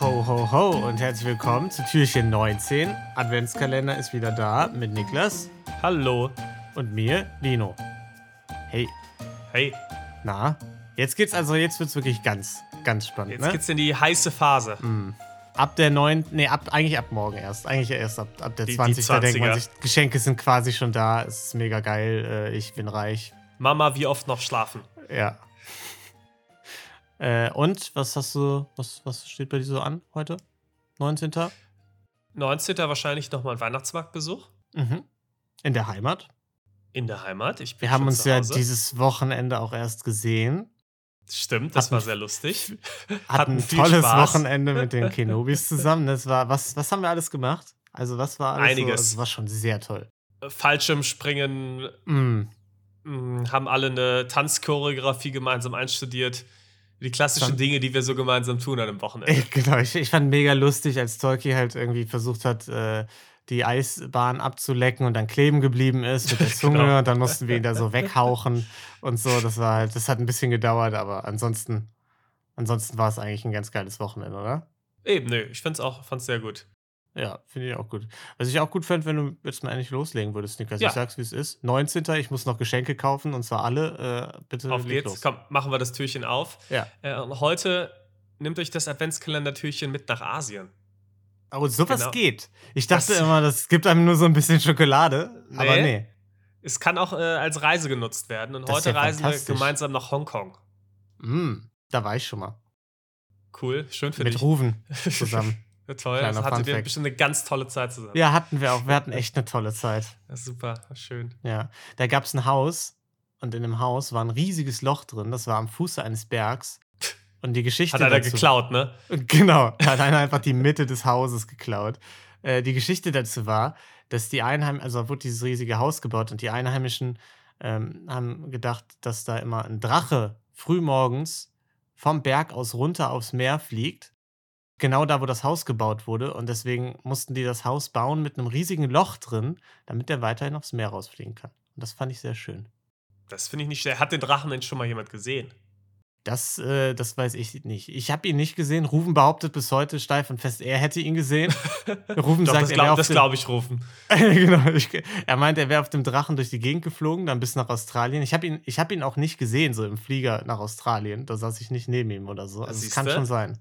ho, ho und herzlich willkommen zu Türchen 19. Adventskalender ist wieder da mit Niklas Hallo. und mir, Lino. Hey, Hey, na? Jetzt geht's also, jetzt wird's wirklich ganz, ganz spannend, jetzt ne? geht's in die heiße Phase. ab der 9., nee, ab, eigentlich ab morgen erst. Eigentlich erst ab, ab der Die- die 20. Da denkt man 20er. sich, Geschenke sind quasi schon da, es ist mega geil, äh, ich bin reich. Mama, wie oft noch schlafen? Ja. Äh, und, was hast du, was, was steht bei dir so an heute? 19. 19. wahrscheinlich nochmal ein Weihnachtsmarktbesuch Mhm. In der Heimat. in der Heimat. Ich bin Wir haben schon uns zu ja Hause. dieses Wochenende auch erst gesehen. Stimmt, das hatten- war sehr lustig. Hatten ein viel tolles Spaß. Wochenende mit den Kenobis zusammen. Das war, was, was haben wir alles gemacht? Also, was war alles? Einiges. So, also, war schon sehr toll. Äh, Fallschirmspringen, Mm, mh, haben alle eine Tanzchoreografie gemeinsam einstudiert. Die klassischen Dann- Dinge, die wir so gemeinsam tun an einem Wochenende. ich, genau, ich, ich fand mega lustig, als Tolki halt irgendwie versucht hat, äh, die Eisbahn abzulecken und dann kleben geblieben ist mit der Zunge Genau. und dann mussten wir ihn da so weghauchen und so. Das war halt, das hat ein bisschen gedauert, aber ansonsten, ansonsten war es eigentlich ein ganz geiles Wochenende, oder? Eben, nö, ich find's auch, fand's sehr gut. Ja, finde ich auch gut. Was ich auch gut fände, wenn du jetzt mal endlich loslegen würdest, Niklas. Ja. Ich sag's, wie es ist. 19. Ich muss noch Geschenke kaufen und zwar alle. Äh, bitte Auf leg geht's, los. komm, machen wir das Türchen auf. Ja. Äh, und heute nehmt euch das Adventskalender-Türchen mit nach Asien. Aber sowas Genau. geht. Ich dachte Das- immer, das gibt einem nur so ein bisschen Schokolade. Aber Nee. nee. Es kann auch äh, als Reise genutzt werden. Und Das ist heute ja reisen wir fantastisch. gemeinsam nach Hongkong. Mm, da war ich schon mal. Cool, schön für Mit dich. Ruven zusammen. Toll, Kleiner also Fun hattet ihr Fact. bestimmt eine ganz tolle Zeit zusammen. ja, hatten wir auch. Wir hatten echt eine tolle Zeit. Ja, Super, schön. Ja. Da gab's ein Haus und in dem Haus war ein riesiges Loch drin. Das war am Fuße eines Bergs. Und die Geschichte. Hat einer dazu- geklaut, ne? Genau, da hat einer einfach die Mitte des Hauses geklaut. Äh, die Geschichte dazu war, dass die Einheimischen, also wurde dieses riesige Haus gebaut und die Einheimischen ähm, haben gedacht, dass da immer ein Drache frühmorgens vom Berg aus runter aufs Meer fliegt. Genau da, wo das Haus gebaut wurde. Und deswegen mussten die das Haus bauen mit einem riesigen Loch drin, damit er weiterhin aufs Meer rausfliegen kann. Und das fand ich sehr schön. Das finde ich nicht schlecht. Hat den Drachen denn schon mal jemand gesehen? Das, äh, das weiß ich nicht. Ich habe ihn nicht gesehen. Rufen behauptet bis heute steif und fest, er hätte ihn gesehen. Rufen Doch, sagt, das er wäre glaube auf das dem- glaub ich, rufen. genau, ich, er meint, er wäre auf dem Drachen durch die Gegend geflogen, dann bis nach Australien. Ich habe ihn, ich hab ihn auch nicht gesehen, so im Flieger nach Australien. Da saß ich nicht neben ihm oder so. Also, es kann Siehste? schon sein.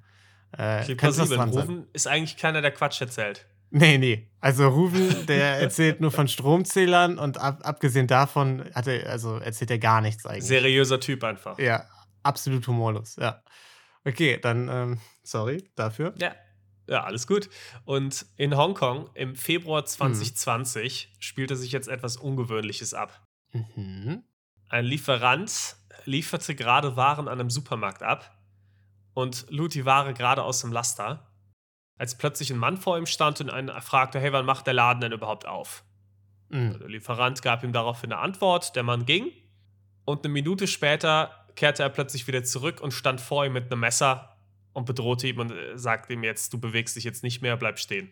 Äh, Klingt könnte was plausibel. dran sein. Rufen ist eigentlich keiner, der Quatsch erzählt. Nee, nee. Also Rufen, der erzählt nur von Stromzählern und ab, abgesehen davon hat er, also erzählt er gar nichts eigentlich. Seriöser Typ einfach. Ja, Ja, absolut humorlos, ja. Okay, dann, ähm, sorry dafür. ja. alles gut. Und in Hongkong im Hm. Februar 2020 spielte sich jetzt etwas Ungewöhnliches ab. Mhm. Ein Lieferant lieferte gerade Waren an einem Supermarkt ab und lud die Ware gerade aus dem Laster, als plötzlich ein Mann vor ihm stand und einen fragte, hey, wann macht der Laden denn überhaupt auf? Mhm. Der Lieferant gab ihm daraufhin eine Antwort, der Mann ging und eine Minute später kehrte er plötzlich wieder zurück und stand vor ihm mit einem Messer und bedrohte ihm und äh, sagte ihm jetzt, du bewegst dich jetzt nicht mehr, bleib stehen.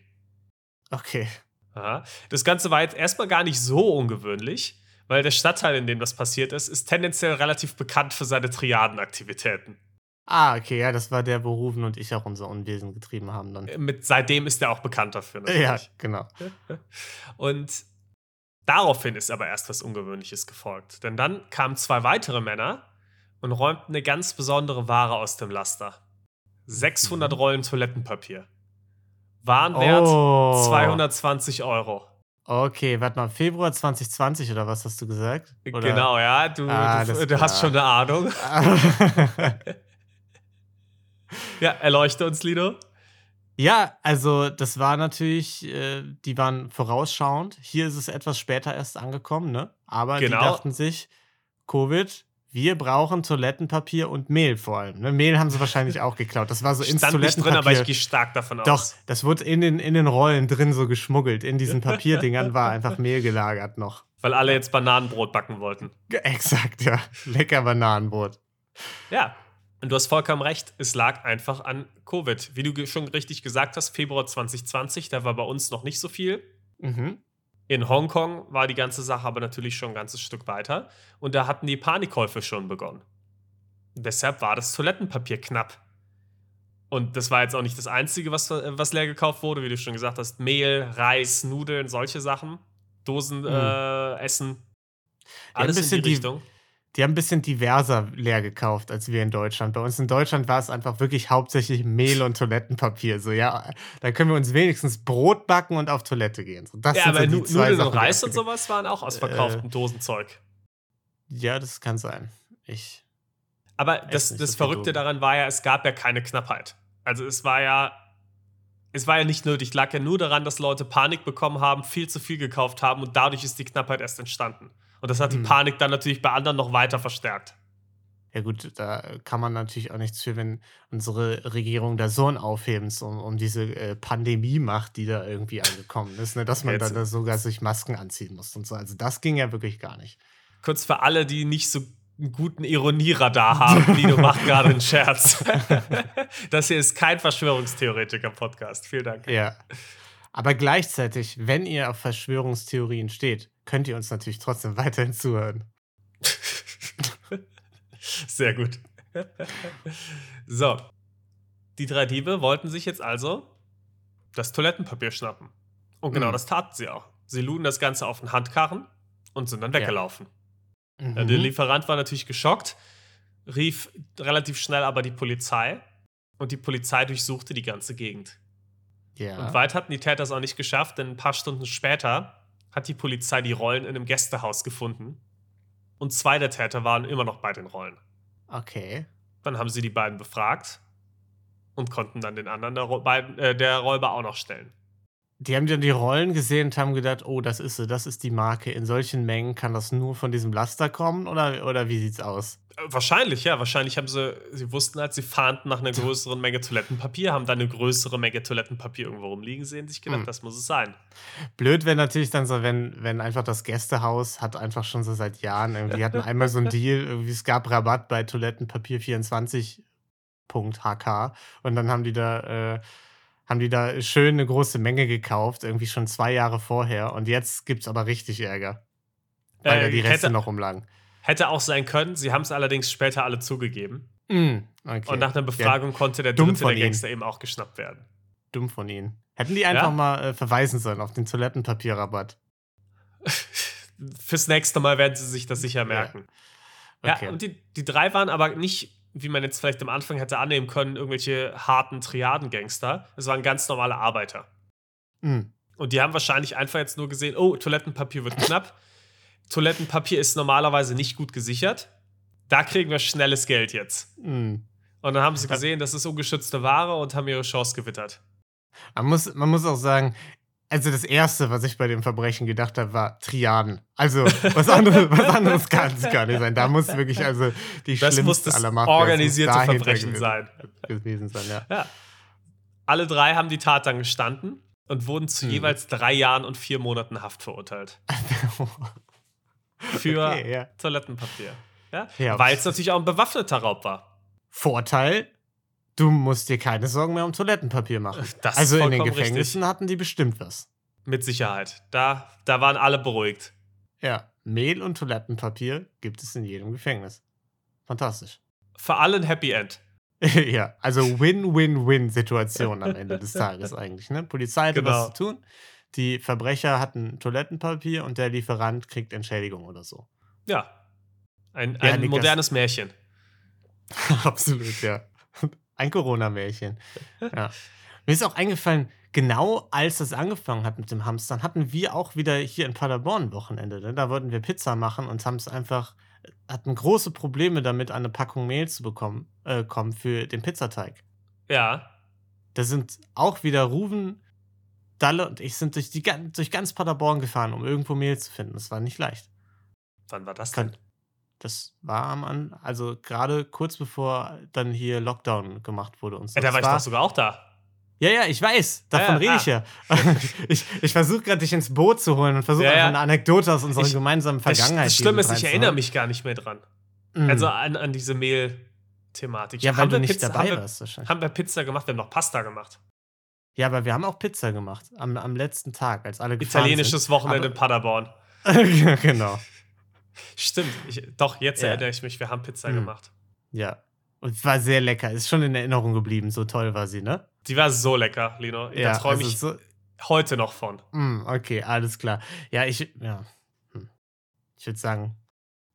Okay. Aha. Das Ganze war jetzt erstmal gar nicht so ungewöhnlich, weil der Stadtteil, in dem das passiert ist, ist tendenziell relativ bekannt für seine Triadenaktivitäten. Ah, okay, ja, das war der, wo Rufen und ich auch unser Unwesen getrieben haben dann. Mit, seitdem ist er auch bekannt dafür. Ja, natürlich. genau. Und daraufhin ist aber erst was Ungewöhnliches gefolgt. Denn dann kamen zwei weitere Männer und räumten eine ganz besondere Ware aus dem Laster. Mhm. 600 Rollen Toilettenpapier. Warenwert Oh. 220 Euro. Okay, warte mal, Februar 2020 oder was hast du gesagt? Oder? Genau, ja, du, Ah, du, alles du hast klar. schon eine Ahnung. Genau. Ja, erleuchte uns, Lido. ja, also das war natürlich, äh, die waren vorausschauend. Hier ist es etwas später erst angekommen, ne? Aber Genau. die dachten sich, Covid, wir brauchen Toilettenpapier und Mehl vor allem. Ne? Mehl haben sie wahrscheinlich auch geklaut. Das war so Also ins Stand nicht Toilettenpapier. drin, aber ich gehe stark davon Doch, aus. das wurde in den, in den Rollen drin so geschmuggelt. In diesen Papierdingern war einfach Mehl gelagert noch. Weil alle jetzt Bananenbrot backen wollten. Ge- Exakt, ja. Lecker Bananenbrot. Ja, und du hast vollkommen recht. Es lag einfach an Covid. Wie du ge- schon richtig gesagt hast, Februar 2020, da war bei uns noch nicht so viel. Mhm. In Hongkong war die ganze Sache aber natürlich schon ein ganzes Stück weiter. Und da hatten die Panikkäufe schon begonnen. Deshalb war das Toilettenpapier knapp. Und das war jetzt auch nicht das Einzige, was, äh, was leer gekauft wurde, wie du schon gesagt hast. Mehl, Reis, Nudeln, solche Sachen. Dosen, Mhm. äh, Essen. ein Alles in bisschen die die- Richtung. Die haben ein bisschen diverser leer gekauft als wir in Deutschland. Bei uns in Deutschland war es einfach wirklich hauptsächlich Mehl und Toilettenpapier. So, ja, da können wir uns wenigstens Brot backen und auf Toilette gehen. So, das ja, sind so aber die Nu- zwei Nudeln Sachen, und die Reis und abgegangen- sowas waren auch aus Äh. verkauftem Dosenzeug. Ja, das kann sein. Ich. Aber Echt das, nicht das so viel Verrückte Dosen. daran war ja, es gab ja keine Knappheit. Also es war ja, es war ja nicht nötig. Lag ja nur daran, dass Leute Panik bekommen haben, viel zu viel gekauft haben und dadurch ist die Knappheit erst entstanden. Und das hat die Hm. Panik dann natürlich bei anderen noch weiter verstärkt. Ja, gut, da kann man natürlich auch nichts für, wenn unsere Regierung da so ein Aufhebens um, um diese äh, Pandemie macht, die da irgendwie angekommen ist, ne? dass man Jetzt- dann da sogar sich Masken anziehen muss und so. Also, das ging ja wirklich gar nicht. Kurz für alle, die nicht so einen guten Ironieradar haben. Nino macht gerade einen Scherz. das hier ist kein Verschwörungstheoretiker-Podcast. Vielen Dank. Ja. Aber gleichzeitig, wenn ihr auf Verschwörungstheorien steht, könnt ihr uns natürlich trotzdem weiterhin zuhören. Sehr gut. So. Die drei Diebe wollten sich jetzt also das Toilettenpapier schnappen. Und genau Mhm. das taten sie auch. Sie luden das Ganze auf den Handkarren und sind dann Ja. weggelaufen. Äh, Der Mhm. Lieferant war natürlich geschockt, rief relativ schnell aber die Polizei und die Polizei durchsuchte die ganze Gegend. Und Ja. weit hatten die Täter es auch nicht geschafft, denn ein paar Stunden später hat die Polizei die Rollen in einem Gästehaus gefunden. Und zwei der Täter waren immer noch bei den Rollen. Okay. Dann haben sie die beiden befragt und konnten dann den anderen der, Ro- beiden, äh, der Räuber auch noch stellen. Die haben dann die Rollen gesehen und haben gedacht, oh, das ist sie, das ist die Marke. In solchen Mengen kann das nur von diesem Laster kommen oder, oder wie sieht's aus? Äh, Wahrscheinlich, ja. Wahrscheinlich haben sie, sie wussten halt, sie fahnten nach einer größeren Menge Toilettenpapier, haben dann eine größere Menge Toilettenpapier irgendwo rumliegen sehen, sich gedacht, Hm. das muss es sein. Blöd wäre natürlich dann so, wenn, wenn einfach das Gästehaus hat einfach schon so seit Jahren irgendwie, die hatten einmal so einen Deal, irgendwie es gab Rabatt bei Toilettenpapier24.hk und dann haben die da, äh, haben die da schön eine große Menge gekauft, irgendwie schon zwei Jahre vorher und jetzt gibt es aber richtig Ärger, weil da Äh, die Reste hätte, noch rumlagen. hätte auch sein können, sie haben es allerdings später alle zugegeben. Mm, okay. Mhm. Und nach einer Befragung konnte der dumm dritte von der ihnen. Gangster eben auch geschnappt werden. dumm von ihnen. Hätten die einfach Ja? mal äh, verweisen sollen auf den Toilettenpapierrabatt. Fürs nächste Mal werden sie sich das sicher Ja. merken. Ja, Okay. und die, die drei waren aber nicht, wie man jetzt vielleicht am Anfang hätte annehmen können, irgendwelche harten Triaden-Gangster. Es waren ganz normale Arbeiter. Mm. Und die haben wahrscheinlich einfach jetzt nur gesehen, oh, Toilettenpapier wird knapp. Toilettenpapier ist normalerweise nicht gut gesichert. Da kriegen wir schnelles Geld jetzt. Mm. Und dann haben sie Ja. gesehen, das ist ungeschützte Ware und haben ihre Chance gewittert. Man, muss, man muss auch sagen, also das Erste, was ich bei dem Verbrechen gedacht habe, war Triaden. Also was anderes, was anderes kann es gar nicht sein. Da muss wirklich also die Das muss schlimmste das aller Mafia organisierte Verbrechen sein. gewesen sein. Ja. Ja. Alle drei haben die Tat dann gestanden und wurden zu Mhm. jeweils drei Jahren und vier Monaten Haft verurteilt. Für okay, ja. Toilettenpapier. Ja? Ja. Weil es natürlich auch ein bewaffneter Raub war. Vorteil, du musst dir keine Sorgen mehr um Toilettenpapier machen. Das ist also in den vollkommen richtig. Gefängnissen hatten die bestimmt was. Mit Sicherheit. Da, da waren alle beruhigt. Ja, Mehl und Toilettenpapier gibt es in jedem Gefängnis. Fantastisch. Für alle ein Happy End. ja, also Win-Win-Win-Situation am Ende des Tages eigentlich. Ne? Polizei hatte Genau. was zu tun, die Verbrecher hatten Toilettenpapier und der Lieferant kriegt Entschädigung oder so. Ja. Ein, Ja, ein Nick, das- modernes Märchen. Absolut, ja. Ein Corona-Märchen. Ja. Mir ist auch eingefallen, genau als das angefangen hat mit dem Hamstern, hatten wir auch wieder hier in Paderborn ein Wochenende. Ne? Da wollten wir Pizza machen und haben es einfach, hatten große Probleme damit, eine Packung Mehl zu bekommen, äh, kommen für den Pizzateig. Ja. Da sind auch wieder Ruven, Dalle und ich sind durch, die, gan- durch ganz Paderborn gefahren, um irgendwo Mehl zu finden. Das war nicht leicht. Wann war das denn? Kann, das war am An, also gerade kurz bevor dann hier Lockdown gemacht wurde und so. Äh, da war ich Das doch sogar auch da. Ja, ja, ich weiß. Davon Ja, rede ich ja. ich ich versuche gerade, dich ins Boot zu holen und versuche Ja, einfach ja. eine Anekdote aus unserer Ich- gemeinsamen Das, Vergangenheit. ne? das hier Schlimme mit ist, ich reinzuholen. erinnere mich gar nicht mehr dran. Mhm. Also an, an diese Mehl-Thematik. ja, weil Haben du wir nicht Pizza- dabei haben wir, warst wahrscheinlich. Haben wir Pizza gemacht? Wir haben noch Pasta gemacht. Ja, aber wir haben auch Pizza gemacht am, am letzten Tag, als alle gefahren Italienisches Wochenende in Aber- Paderborn. sind. genau. Stimmt. Ich, doch, jetzt Ja. erinnere ich mich, wir haben Pizza Mhm. gemacht. Ja. Und war sehr lecker. Ist schon in Erinnerung geblieben. So toll war sie, ne? Die war so lecker, Lino. da träume also ich so, heute noch von. mm, okay, alles klar. Ja, ich, ja. Hm. Ich würde sagen,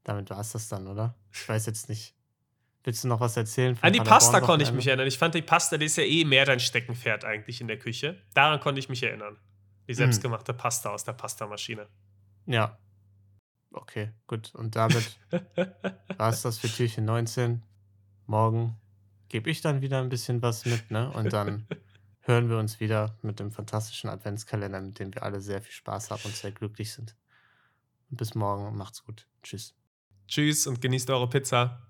damit war es das dann, oder? Ich weiß jetzt nicht. Willst du noch was erzählen? vom An die Pasta Paderborn-Wochenende? konnte ich mich erinnern. Ich fand die Pasta, die ist ja eh mehr dein Steckenpferd eigentlich in der Küche. Daran konnte ich mich erinnern. Hm. Die selbstgemachte Pasta aus der Pastamaschine. Ja. Okay, gut. Und damit war es das für Türchen 19. Morgen gebe ich dann wieder ein bisschen was mit, ne? Und dann hören wir uns wieder mit dem fantastischen Adventskalender, mit dem wir alle sehr viel Spaß haben und sehr glücklich sind. Und bis morgen, macht's gut. Tschüss. Tschüss und genießt eure Pizza.